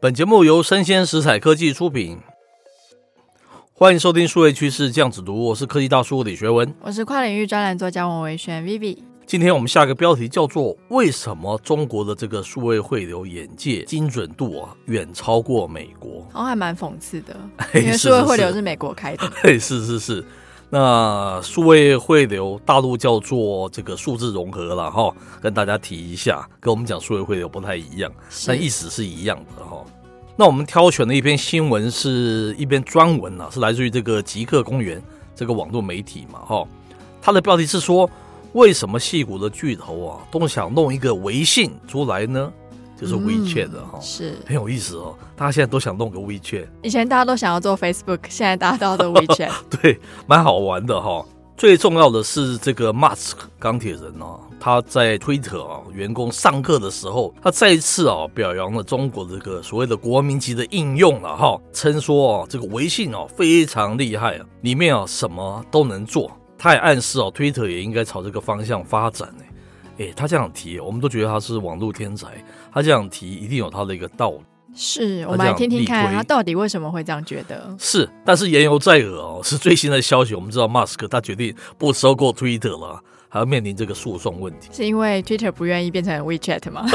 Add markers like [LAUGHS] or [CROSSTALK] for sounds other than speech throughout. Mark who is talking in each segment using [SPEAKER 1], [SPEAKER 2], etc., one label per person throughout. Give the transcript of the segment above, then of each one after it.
[SPEAKER 1] 本节目由生鲜食材科技出品，欢迎收听数位趋势酱子读，我是科技大叔李学文。
[SPEAKER 2] 我是跨领域专栏作家王维轩 Vivi。
[SPEAKER 1] 今天我们下一个标题叫做“为什么中国的这个数位汇流眼界精准度啊远超过美国
[SPEAKER 2] 好像还蛮讽刺
[SPEAKER 1] [LAUGHS]
[SPEAKER 2] 的，
[SPEAKER 1] 嘿
[SPEAKER 2] 因为
[SPEAKER 1] 哎是
[SPEAKER 2] 数位
[SPEAKER 1] 是
[SPEAKER 2] 汇流
[SPEAKER 1] 是
[SPEAKER 2] 是美国开的，”？
[SPEAKER 1] 嘿，是是是，那数位汇流大陆叫做这个数字融合了哈，跟大家提一下，跟我们讲数位汇流不太一样。但意思
[SPEAKER 2] 是
[SPEAKER 1] 是一样的哈、那我们挑选的一篇新闻是一篇专文啊，是来自于这个极客公园这个网络媒体嘛哈、它的标题是说，为什么戏骨的巨头啊都想弄一个微信出来呢？就是
[SPEAKER 2] 嗯
[SPEAKER 1] WeChat 的哈、
[SPEAKER 2] 是
[SPEAKER 1] 很有意思哦。大家现在都想弄个 WeChat，
[SPEAKER 2] 以前大家都想要做 Facebook，现在大家都要做
[SPEAKER 1] [LAUGHS]
[SPEAKER 2] WeChat，
[SPEAKER 1] 对，蛮好玩的哈、最重要的是，这个 Musk 钢铁人哦，他在 Twitter 啊员工上课的时候，他再一次啊表扬了中国这个所谓的国民级的应用了哈、称说哦这个微信哦非常厉害啊，里面啊什么都能做。他也暗示哦，Twitter 也应该朝这个方向发展呢。诶，他这样提，我们都觉得他是网络天才，他这样提一定有他的一个道理。
[SPEAKER 2] 是我
[SPEAKER 1] 他
[SPEAKER 2] 们
[SPEAKER 1] 这
[SPEAKER 2] 来
[SPEAKER 1] 样
[SPEAKER 2] 听听
[SPEAKER 1] 力
[SPEAKER 2] 看
[SPEAKER 1] 推
[SPEAKER 2] 他到底为什么会这样觉得。
[SPEAKER 1] 是，但是言犹在耳哦， [LAUGHS] 是最新的消息。我们知道，马斯克他决定不收购 Twitter 了，还要面临这个诉讼问题。 [LAUGHS]
[SPEAKER 2] 是因为 Twitter 不愿意变成 WeChat 吗？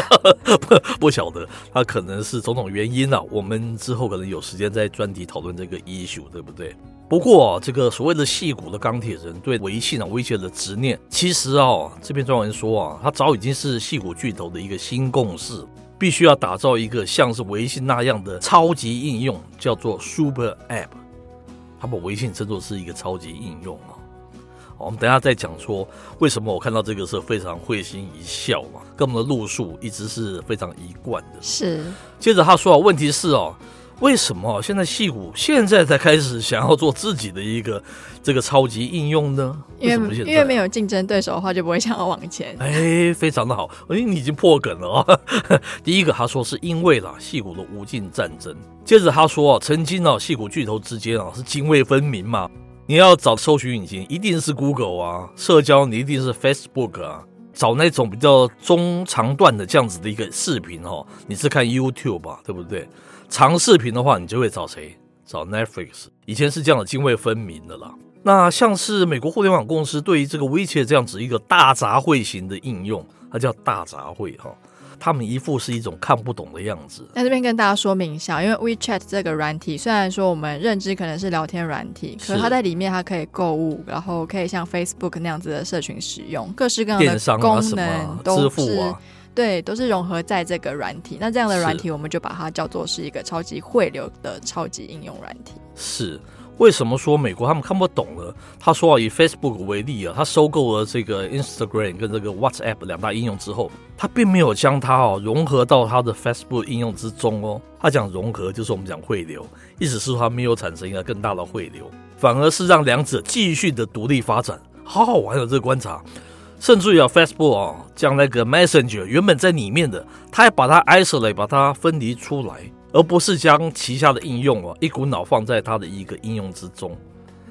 [SPEAKER 1] 不晓得他可能是种种原因啊。我们之后可能有时间再专题讨论这个 issue，对不对？不过、这个所谓的戏骨的钢铁人对微信啊、威胁的执念，其实啊，这篇专文说啊，他早已经是戏骨巨头的一个新共识，必须要打造一个像是微信那样的超级应用，叫做 Super App。他把微信称作是一个超级应用啊。好我们等一下再讲说为什么我看到这个是非常会心一笑嘛，跟我们的路数一直是非常一贯的。
[SPEAKER 2] 是
[SPEAKER 1] 接着他说啊，问题是哦，为什么现在戏骨现在才开始想要做自己的一个这个超级应用呢？
[SPEAKER 2] 因
[SPEAKER 1] 什么
[SPEAKER 2] 为
[SPEAKER 1] 现在
[SPEAKER 2] 因为没有竞争对手的话，就不会想要往前。
[SPEAKER 1] 哎，非常的好，哎，你已经破梗了哦。 [LAUGHS] 第一个，他说是因为啦，戏骨的无尽战争。接着他说啊，曾经啊，戏骨巨头之间啊是泾渭分明嘛。你要找搜寻引擎，一定是 Google 啊，社交你一定是 Facebook 啊。找那种比较中长段的这样子的一个视频哦，你是看 YouTube 吧，对不对？长视频的话，你就会找谁？找 Netflix。以前是这样的泾渭分明的啦。那像是美国互联网公司对于这个 WeChat 这样子一个大杂烩型的应用，它叫大杂烩哈、他们一副是一种看不懂的样子。
[SPEAKER 2] 那这边跟大家说明一下，因为 WeChat 这个软体，虽然说我们认知可能是聊天软体，可
[SPEAKER 1] 是
[SPEAKER 2] 是它在里面它可以购物，然后可以像 Facebook 那样子的社群使用，各式各样
[SPEAKER 1] 电
[SPEAKER 2] 的
[SPEAKER 1] 商啊，
[SPEAKER 2] 嗯功
[SPEAKER 1] 什么
[SPEAKER 2] 能
[SPEAKER 1] 啊支
[SPEAKER 2] 都
[SPEAKER 1] 付
[SPEAKER 2] 是、
[SPEAKER 1] 啊，
[SPEAKER 2] 对，都是融合在这个软体。那这样的
[SPEAKER 1] 是
[SPEAKER 2] 软体，我们就把它叫做是一个超级汇流的超级应用软体。
[SPEAKER 1] 是为什么说美国他们看不懂呢？他说啊，以 Facebook 为例啊，他收购了这个 Instagram 跟这个 WhatsApp 两大应用之后，他并没有将它哦融合到他的 Facebook 应用之中哦。他讲融合就是我们讲汇流，意思是说它没有产生一个更大的汇流，反而是让两者继续的独立发展。好好玩的哦这个观察。甚至于啊，Facebook 啊，将那个 Messenger 原本在里面的，它还把它 isolate，把它分离出来，而不是将旗下的应用啊一股脑放在它的一个应用之中。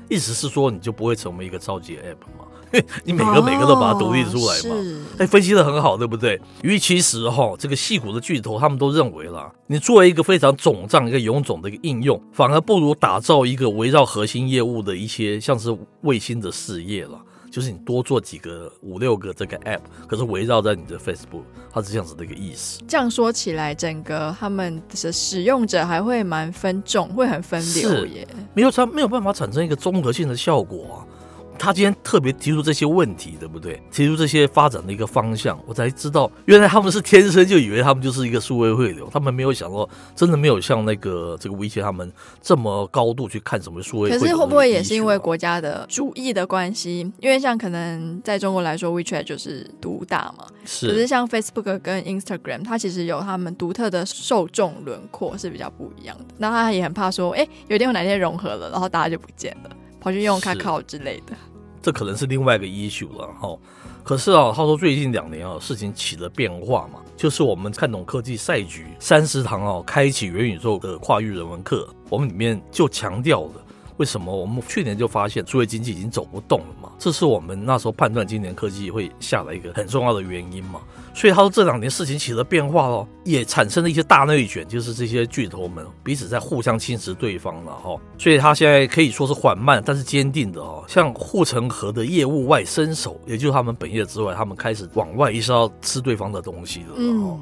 [SPEAKER 1] 意思是说，你就不会成为一个超级 App 嘛？ [LAUGHS] 你每个每个都把它独立出来嘛？
[SPEAKER 2] 哦是
[SPEAKER 1] 哎，分析的很好，对不对？与其实哈、这个戏骨的巨头他们都认为啦，你作为一个非常肿胀、一个臃肿的一个应用，反而不如打造一个围绕核心业务的一些像是卫星的事业了。就是你多做几个五六个这个 app，可是围绕在你的 Facebook，它是这样子的一个意思。
[SPEAKER 2] 这样说起来，整个他们的使用者还会蛮分众，会很分流
[SPEAKER 1] 是
[SPEAKER 2] 耶。
[SPEAKER 1] 没有它没有办法产生一个综合性的效果、啊。他今天特别提出这些问题，对不对？提出这些发展的一个方向，我才知道原来他们是天生就以为他们就是一个数位汇流，他们没有想到，真的没有像那个这个威胁他们这么高度去看什么数位汇流的
[SPEAKER 2] 可是
[SPEAKER 1] 一个需求啊。
[SPEAKER 2] 会不会也是因为国家的主义的关系？因为像可能在中国来说，WeChat 就是独大嘛，可是
[SPEAKER 1] 啊是
[SPEAKER 2] 像 Facebook 跟 Instagram，它其实有他们独特的受众轮廓是比较不一样的。那他也很怕说，哎、有一天我哪天融合了，然后大家就不见了，跑去用
[SPEAKER 1] 是
[SPEAKER 2] Kakao 之类的。
[SPEAKER 1] 这可能是另外一个 issue 了哈、哦。可是啊，他说最近两年啊，事情起了变化嘛，就是我们看懂科技赛啊局三十堂哦，开启元宇宙的跨域人文课，我们里面就强调了，为什么我们去年就发现数位经济已经走不动了嘛？这是我们那时候判断今年科技会下来一个很重要的原因嘛。所以他说这两年事情起了变化咯，也产生了一些大内卷，就是这些巨头们彼此在互相侵蚀对方了哈、所以他现在可以说是缓慢但是坚定的哦，向护城河的业务外伸手，也就是他们本业之外，他们开始往外意识到吃对方的东西了哦。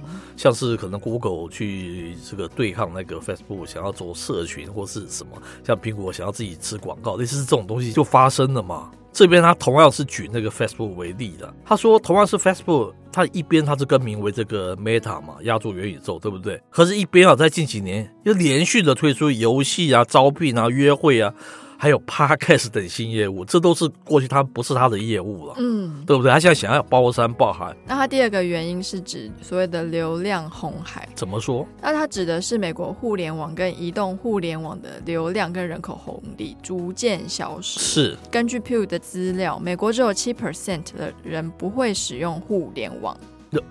[SPEAKER 2] 嗯，
[SPEAKER 1] 像是可能 Google 去这个对抗那个 Facebook，想要走社群或是什么，像苹果想要自己吃广告，类似这种东西就发生了嘛。这边他同样是举那个 Facebook 为例的，他说同样是 Facebook，他一边它是更名为这个 Meta 嘛，压住元宇宙，对不对？可是，一边啊，在近几年又连续的推出游戏啊、招聘啊、约会啊，还有 Podcast 等新业务，这都是过去它不是它的业务了，
[SPEAKER 2] 嗯，
[SPEAKER 1] 对不对？他现在想要包山包海，
[SPEAKER 2] 那它第二个原因是指所谓的流量红海，
[SPEAKER 1] 怎么说？
[SPEAKER 2] 那它指的是美国互联网跟移动互联网的流量跟人口红利逐渐消失。
[SPEAKER 1] 是
[SPEAKER 2] 根据 Pew 的资料，美国只有七 percent 的人不会使用互联网，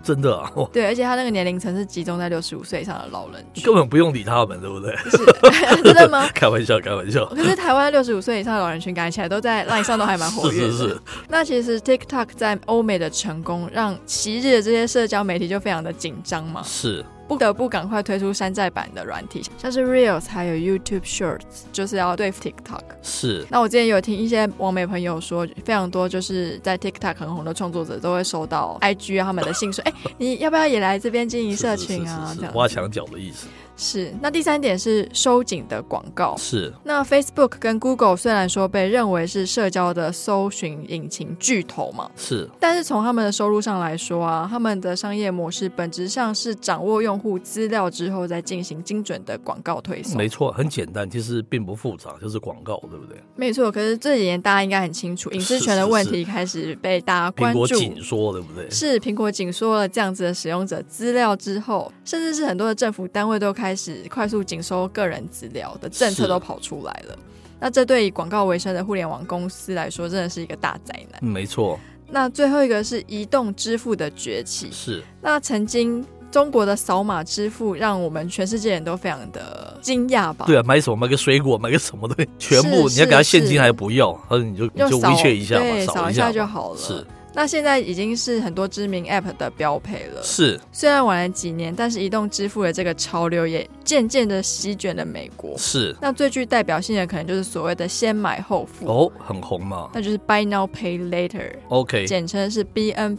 [SPEAKER 1] 真的啊，我
[SPEAKER 2] 对，而且他那个年龄层是集中在六十五岁以上的老人群
[SPEAKER 1] [LAUGHS] 根，本不用理他们，对不对？ [LAUGHS]
[SPEAKER 2] 是 [LAUGHS] 真的吗？
[SPEAKER 1] 开玩笑，开玩笑。
[SPEAKER 2] 可是台湾六十五岁以上的老人群，感觉起来都在 LINE 上都还蛮活
[SPEAKER 1] 是
[SPEAKER 2] 跃的。
[SPEAKER 1] 是是，
[SPEAKER 2] 那其实 TikTok 在欧美的成功，让昔日的这些社交媒体就非常的紧张嘛，
[SPEAKER 1] 是
[SPEAKER 2] 不得不赶快推出山寨版的软体，像是 Reels 还有 YouTube Shorts，就是要对付 TikTok。
[SPEAKER 1] 是
[SPEAKER 2] 那我之前有听一些网美朋友说，非常多就是在 TikTok 很红的创作者都会收到 IG 啊他们的信
[SPEAKER 1] [LAUGHS]
[SPEAKER 2] 说，哎、你要不要也来这边经营社群啊？
[SPEAKER 1] 是是是
[SPEAKER 2] 这
[SPEAKER 1] 是
[SPEAKER 2] 样
[SPEAKER 1] 挖
[SPEAKER 2] 子
[SPEAKER 1] 墙脚的意思
[SPEAKER 2] 是。那第三点是收紧的广告，
[SPEAKER 1] 是
[SPEAKER 2] 那 Facebook 跟 Google 虽然说被认为是社交的搜寻引擎巨头嘛，
[SPEAKER 1] 是
[SPEAKER 2] 但是从他们的收入上来说啊，他们的商业模式本质上是掌握用户资料之后再进行精准的广告推送。
[SPEAKER 1] 没错，很简单，其实并不复杂，就是广告，对不对？
[SPEAKER 2] 没错，可是这几年大家应该很清楚，隐私权的问题开始被大家
[SPEAKER 1] 苹
[SPEAKER 2] 关
[SPEAKER 1] 果
[SPEAKER 2] 注。
[SPEAKER 1] 紧缩，对不对？
[SPEAKER 2] 是苹果紧缩了这样子的使用者资料之后，甚至是很多的政府单位都开始快速紧收个人资料的政策
[SPEAKER 1] 是
[SPEAKER 2] 都跑出来了。那这对以广告为生的互联网公司来说，真的是一个大灾难。
[SPEAKER 1] 嗯没错，
[SPEAKER 2] 那最后一个是移动支付的崛起。
[SPEAKER 1] 是
[SPEAKER 2] 那曾经中国的扫码支付让我们全世界人都非常的惊讶吧？
[SPEAKER 1] 对啊，买什么买个水果，买个什么东西，全部你要给他
[SPEAKER 2] 是
[SPEAKER 1] 现金
[SPEAKER 2] 是
[SPEAKER 1] 还不要，他说你就你
[SPEAKER 2] 用
[SPEAKER 1] 就
[SPEAKER 2] 扫
[SPEAKER 1] WeChat 一下嘛，
[SPEAKER 2] 对，
[SPEAKER 1] 扫
[SPEAKER 2] 一
[SPEAKER 1] 下
[SPEAKER 2] 就
[SPEAKER 1] 嘛
[SPEAKER 2] 好了。
[SPEAKER 1] 是。
[SPEAKER 2] 那现在已经是很多知名 App 的标配了。
[SPEAKER 1] 是
[SPEAKER 2] 虽然晚了几年，但是移动支付的这个潮流也渐渐的席卷了美国。
[SPEAKER 1] 是
[SPEAKER 2] 那最具代表性的可能就是所谓的先买后付，
[SPEAKER 1] 哦，很红嘛。
[SPEAKER 2] 那就是 Buy Now Pay Later，
[SPEAKER 1] OK
[SPEAKER 2] 简称是 BNPL。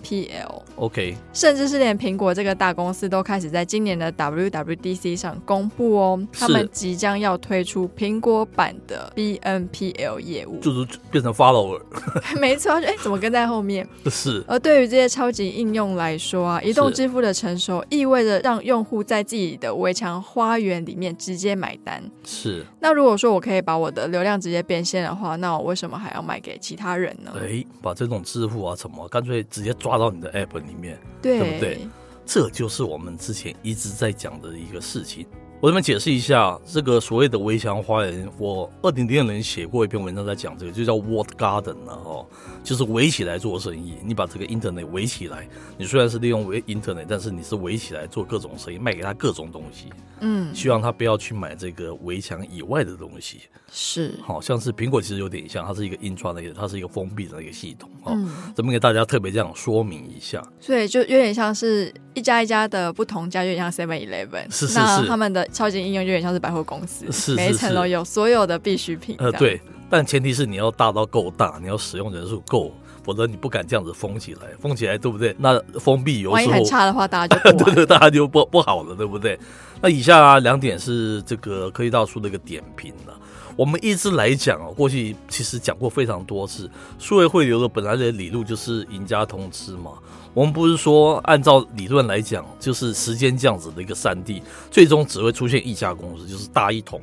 [SPEAKER 1] OK
[SPEAKER 2] 甚至是连苹果这个大公司都开始在今年的 WWDC 上公布哦，
[SPEAKER 1] 是
[SPEAKER 2] 他们即将要推出苹果版的 BNPL 业务。
[SPEAKER 1] 就是变成 follower
[SPEAKER 2] [LAUGHS] 没错，哎，怎么跟在后面？
[SPEAKER 1] 是
[SPEAKER 2] 而对于这些超级应用来说啊，移动
[SPEAKER 1] 是
[SPEAKER 2] 支付的成熟意味着让用户在自己的围墙花园里面直接买单。
[SPEAKER 1] 是
[SPEAKER 2] 那如果说我可以把我的流量直接变现的话，那我为什么还要卖给其他人呢？
[SPEAKER 1] 哎，把这种支付啊什么，干脆直接抓到你的 app 里面，
[SPEAKER 2] 对
[SPEAKER 1] 对不对这就是我们之前一直在讲的一个事情。我这边解释一下，这个所谓的围墙花园，我二零零二年写过一篇文章在讲这个，就叫 Walled Garden 啊，哦，就是围起来做生意。你把这个 Internet 围起来，你虽然是利用围 Internet，但是你是围起来做各种生意，卖给他各种东西，
[SPEAKER 2] 嗯，
[SPEAKER 1] 希望他不要去买这个围墙以外的东西。
[SPEAKER 2] 是，
[SPEAKER 1] 好、像是苹果其实有点像，它是一个 intranet，它是一个封闭的一个系统哦。
[SPEAKER 2] 嗯，
[SPEAKER 1] 这边给大家特别这样说明一下，
[SPEAKER 2] 所以就有点像是一家一家的不同家，有点像 Seven Eleven，
[SPEAKER 1] 是是
[SPEAKER 2] 那
[SPEAKER 1] 是
[SPEAKER 2] 他们的超级应用有点像是百货公司，
[SPEAKER 1] 是是
[SPEAKER 2] 每一层楼
[SPEAKER 1] 是
[SPEAKER 2] 有所有的必需品。
[SPEAKER 1] 呃，
[SPEAKER 2] 这样，
[SPEAKER 1] 对，但前提是你要大到够大，你要使用人数够，否则你不敢这样子封起来，封起来对不对？那封闭有
[SPEAKER 2] 万一
[SPEAKER 1] 时
[SPEAKER 2] 很
[SPEAKER 1] 候，
[SPEAKER 2] 差的话，大家
[SPEAKER 1] [LAUGHS]
[SPEAKER 2] 就不
[SPEAKER 1] 对
[SPEAKER 2] 玩。
[SPEAKER 1] 对，大家就不不好了，对不对？那以下啊两点是这个科技大叔的一个点评了、我们一直来讲哦，过去其实讲过非常多次，数位汇流的本来的理路就是赢家通吃嘛。我们不是说按照理论来讲，就是时间这样子的一个三 D，最终只会出现一家公司，就是大一统。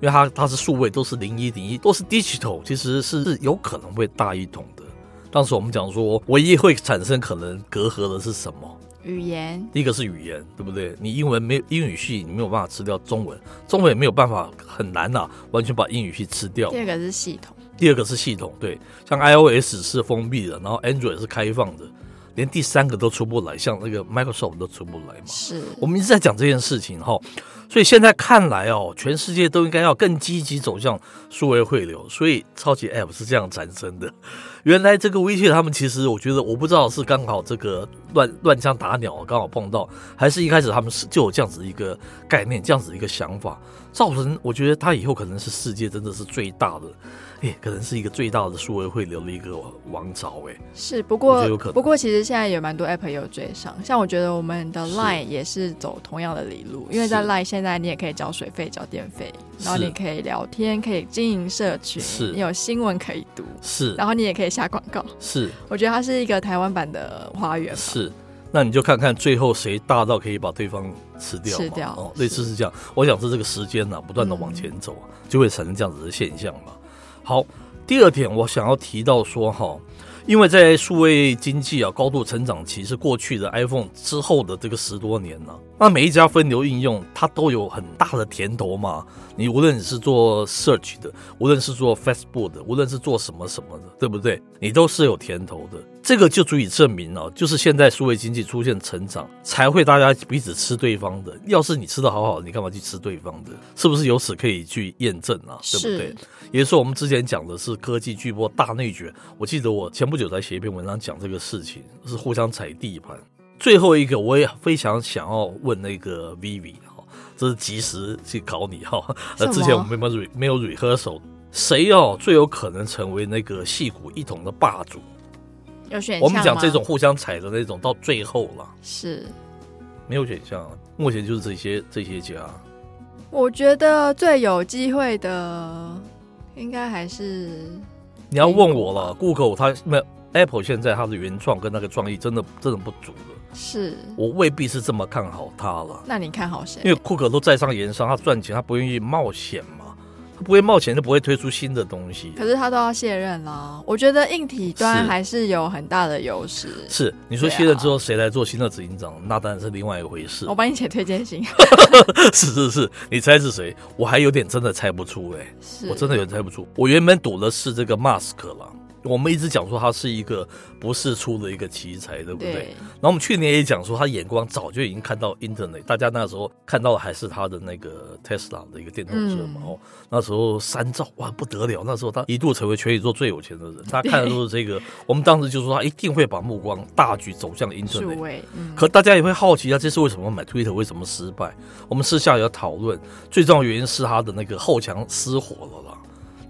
[SPEAKER 1] 因为它它是数位，都是零一零一，都是 digital，其实是是有可能会大一统的。当时我们讲说，唯一会产生可能隔阂的是什么？
[SPEAKER 2] 语言
[SPEAKER 1] 第一个是语言，对不对？你英文没有英语系，你没有办法吃掉中文，中文也没有办法很难呐、完全把英语系吃掉
[SPEAKER 2] 第。二个是系统，
[SPEAKER 1] 第二个是系统，对，像 iOS 是封闭的，然后 Android 是开放的，连第三个都出不来，像那个 Microsoft 都出不来嘛。
[SPEAKER 2] 是
[SPEAKER 1] 我们一直在讲这件事情哈，所以现在看来哦，全世界都应该要更积极走向数位汇流，所以超级 App 是这样产生的。原来这个 WeChat 他们其实，我觉得我不知道是刚好这个乱乱枪打鸟啊刚好碰到，还是一开始他们是就有这样子一个概念，这样子一个想法，造成我觉得它以后可能是世界真的是最大的，诶，可能是一个最大的数位汇流的一个王朝，诶。
[SPEAKER 2] 是，不
[SPEAKER 1] 我觉
[SPEAKER 2] 过
[SPEAKER 1] 得有可能
[SPEAKER 2] 不过其实现在有蛮多 app 也有追上，像我觉得我们的
[SPEAKER 1] 是
[SPEAKER 2] Line 也是走同样的理路，因为在
[SPEAKER 1] 是
[SPEAKER 2] Line 现在你也可以交水费、交电费，然后
[SPEAKER 1] 是
[SPEAKER 2] 你可以聊天，可以经营社群，
[SPEAKER 1] 是
[SPEAKER 2] 你有新闻可以读，
[SPEAKER 1] 是
[SPEAKER 2] 然后你也可以下广告。
[SPEAKER 1] 是
[SPEAKER 2] 我觉得它是一个台湾版的花园吧。
[SPEAKER 1] 是。那你就看看最后谁大到可以把对方吃掉嘛，
[SPEAKER 2] 吃掉
[SPEAKER 1] 哦，
[SPEAKER 2] 是
[SPEAKER 1] 类似是这样。我想是这个时间呢、不断的往前走啊，就会产生这样子的现象嘛。好，第二点我想要提到说哈，因为在数位经济啊高度成长期是过去的 iPhone 之后的这个十多年呢、那每一家分流应用它都有很大的甜头嘛。你无论你是做 search 的，无论是做 Facebook 的，无论是做什么什么的，对不对？你都是有甜头的，这个就足以证明哦、就是现在数位经济出现成长，才会大家彼此吃对方的。要是你吃的好好的，你干嘛去吃对方的？是不是由此可以去验证啊？对不对
[SPEAKER 2] 是？
[SPEAKER 1] 也就是我们之前讲的是科技巨波大内卷，我记得我前不久才写一篇文章讲这个事情，是互相踩地盘。最后一个我也非常想要问那个 Vivi 哈，这是及时去考你哈。
[SPEAKER 2] 什
[SPEAKER 1] 呃，
[SPEAKER 2] 么
[SPEAKER 1] 之前我们没有 re 没有 rehearsal，谁哦最有可能成为那个戏骨一统的霸主？
[SPEAKER 2] 有选项
[SPEAKER 1] 我们讲
[SPEAKER 2] 吗
[SPEAKER 1] 这种互相踩的那种，到最后了
[SPEAKER 2] 是，
[SPEAKER 1] 没有选项，啊目前就是这些这些家。
[SPEAKER 2] 我觉得最有机会的应该还是
[SPEAKER 1] 你要问我了，Google 它没有 Apple 现在它的原创跟那个创意真的真的不足了，
[SPEAKER 2] 是。
[SPEAKER 1] 我未必是这么看好它了。
[SPEAKER 2] 那你看好
[SPEAKER 1] 因
[SPEAKER 2] 谁
[SPEAKER 1] 为？库克都在商言商，他赚钱，他不愿意冒险嘛，他不会冒险就不会推出新的东西。
[SPEAKER 2] 可是他都要卸任啦，我觉得硬体端
[SPEAKER 1] 是
[SPEAKER 2] 还是有很大的优势。
[SPEAKER 1] 是，你说
[SPEAKER 2] 对啊
[SPEAKER 1] 卸任之后谁来做新的执行长，那当然是另外一回事
[SPEAKER 2] 我。帮你写推荐信，啊
[SPEAKER 1] [LAUGHS] 是是是，你猜是谁？我还有点真的猜不出哎、
[SPEAKER 2] 是
[SPEAKER 1] 我真的有点猜不出。我原本赌的是这个 Mask 啦，我们一直讲说他是一个不世出的一个奇才，对不对？
[SPEAKER 2] 对
[SPEAKER 1] 然后我们去年也讲说，他眼光早就已经看到 Internet，大家那时候看到的还是他的那个 Tesla 的一个电动车嘛。
[SPEAKER 2] 嗯
[SPEAKER 1] 哦，那时候三兆哇不得了，那时候他一度成为全宇宙最有钱的人。他看的都是这个，我们当时就说哎他一定会把目光大局走向
[SPEAKER 2] 数
[SPEAKER 1] Internet。
[SPEAKER 2] 位，嗯，
[SPEAKER 1] 可大家也会好奇啊，这次为什么买 Twitter 为什么失败？我们私下也有讨论，最重要的原因是他的那个后墙失火了啦。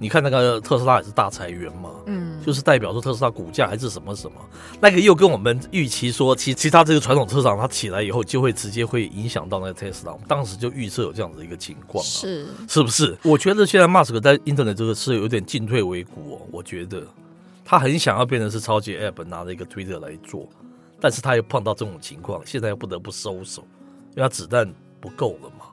[SPEAKER 1] 你看那个特斯拉也是大裁员嘛，
[SPEAKER 2] 嗯，
[SPEAKER 1] 就是代表说特斯拉股价还是什么什么，那个又跟我们预期说，其其他这个传统车厂它起来以后，就会直接会影响到那个特斯拉。我们当时就预测有这样子一个情况、啊，
[SPEAKER 2] 是
[SPEAKER 1] 是不是？我觉得现在 Musk 在 Internet 这个是有点进退维谷哦，我觉得他很想要变成是超级 App 拿了一个 Twitter 来做，但是他又碰到这种情况，现在又不得不收手，因为他子弹不够了嘛。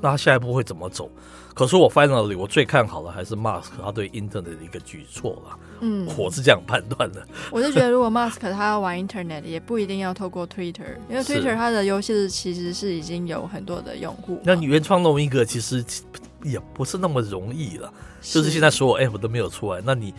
[SPEAKER 1] 那他下一步会怎么走？可是我 finally 我最看好的还是 Musk 他对 Internet 的一个举措啦。
[SPEAKER 2] 嗯，
[SPEAKER 1] 我是这样判断的，
[SPEAKER 2] 我是觉得如果 Musk 他要玩 Internet，也不一定要透过 Twitter，因为
[SPEAKER 1] 是
[SPEAKER 2] Twitter 它的优势其实是已经有很多的用户，
[SPEAKER 1] 那你原创弄一个其实也不是那么容易了，就是现在，所有 app 都没有出来，那你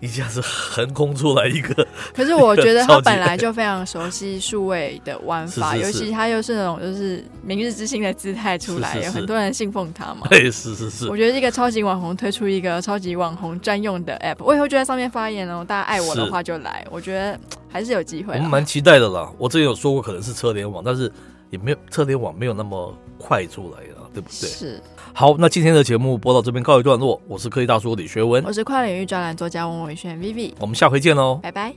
[SPEAKER 1] 你这样子 [LAUGHS] 横空出来一个，
[SPEAKER 2] 可是我觉
[SPEAKER 1] [LAUGHS]
[SPEAKER 2] 得
[SPEAKER 1] 超
[SPEAKER 2] 他
[SPEAKER 1] 级
[SPEAKER 2] 本来就非常熟悉数位的玩法，
[SPEAKER 1] 是是
[SPEAKER 2] 尤
[SPEAKER 1] 是
[SPEAKER 2] 其他又是那种就是明日之星的姿态出来，
[SPEAKER 1] 是是是
[SPEAKER 2] 有很多人信奉他嘛。
[SPEAKER 1] 对，哎是是是
[SPEAKER 2] 我，觉得一个超级网红推出一个超级网红专用的 app，我以后就在上面发言哦，大家爱我的
[SPEAKER 1] 是
[SPEAKER 2] 话就来，我觉得还是有机会啊
[SPEAKER 1] 我们
[SPEAKER 2] 啦。
[SPEAKER 1] 蛮期待的啦。我之前有说过可能是车联网，但是也没有车联网没有那么快出来啊，对不对？
[SPEAKER 2] 是，
[SPEAKER 1] 好，那今天的节目播到这边告一段落，我是科技大叔李学文
[SPEAKER 2] 我，是跨领域专栏作家翁伟轩 Vivi，
[SPEAKER 1] 我们下回见喽，哦
[SPEAKER 2] 拜拜。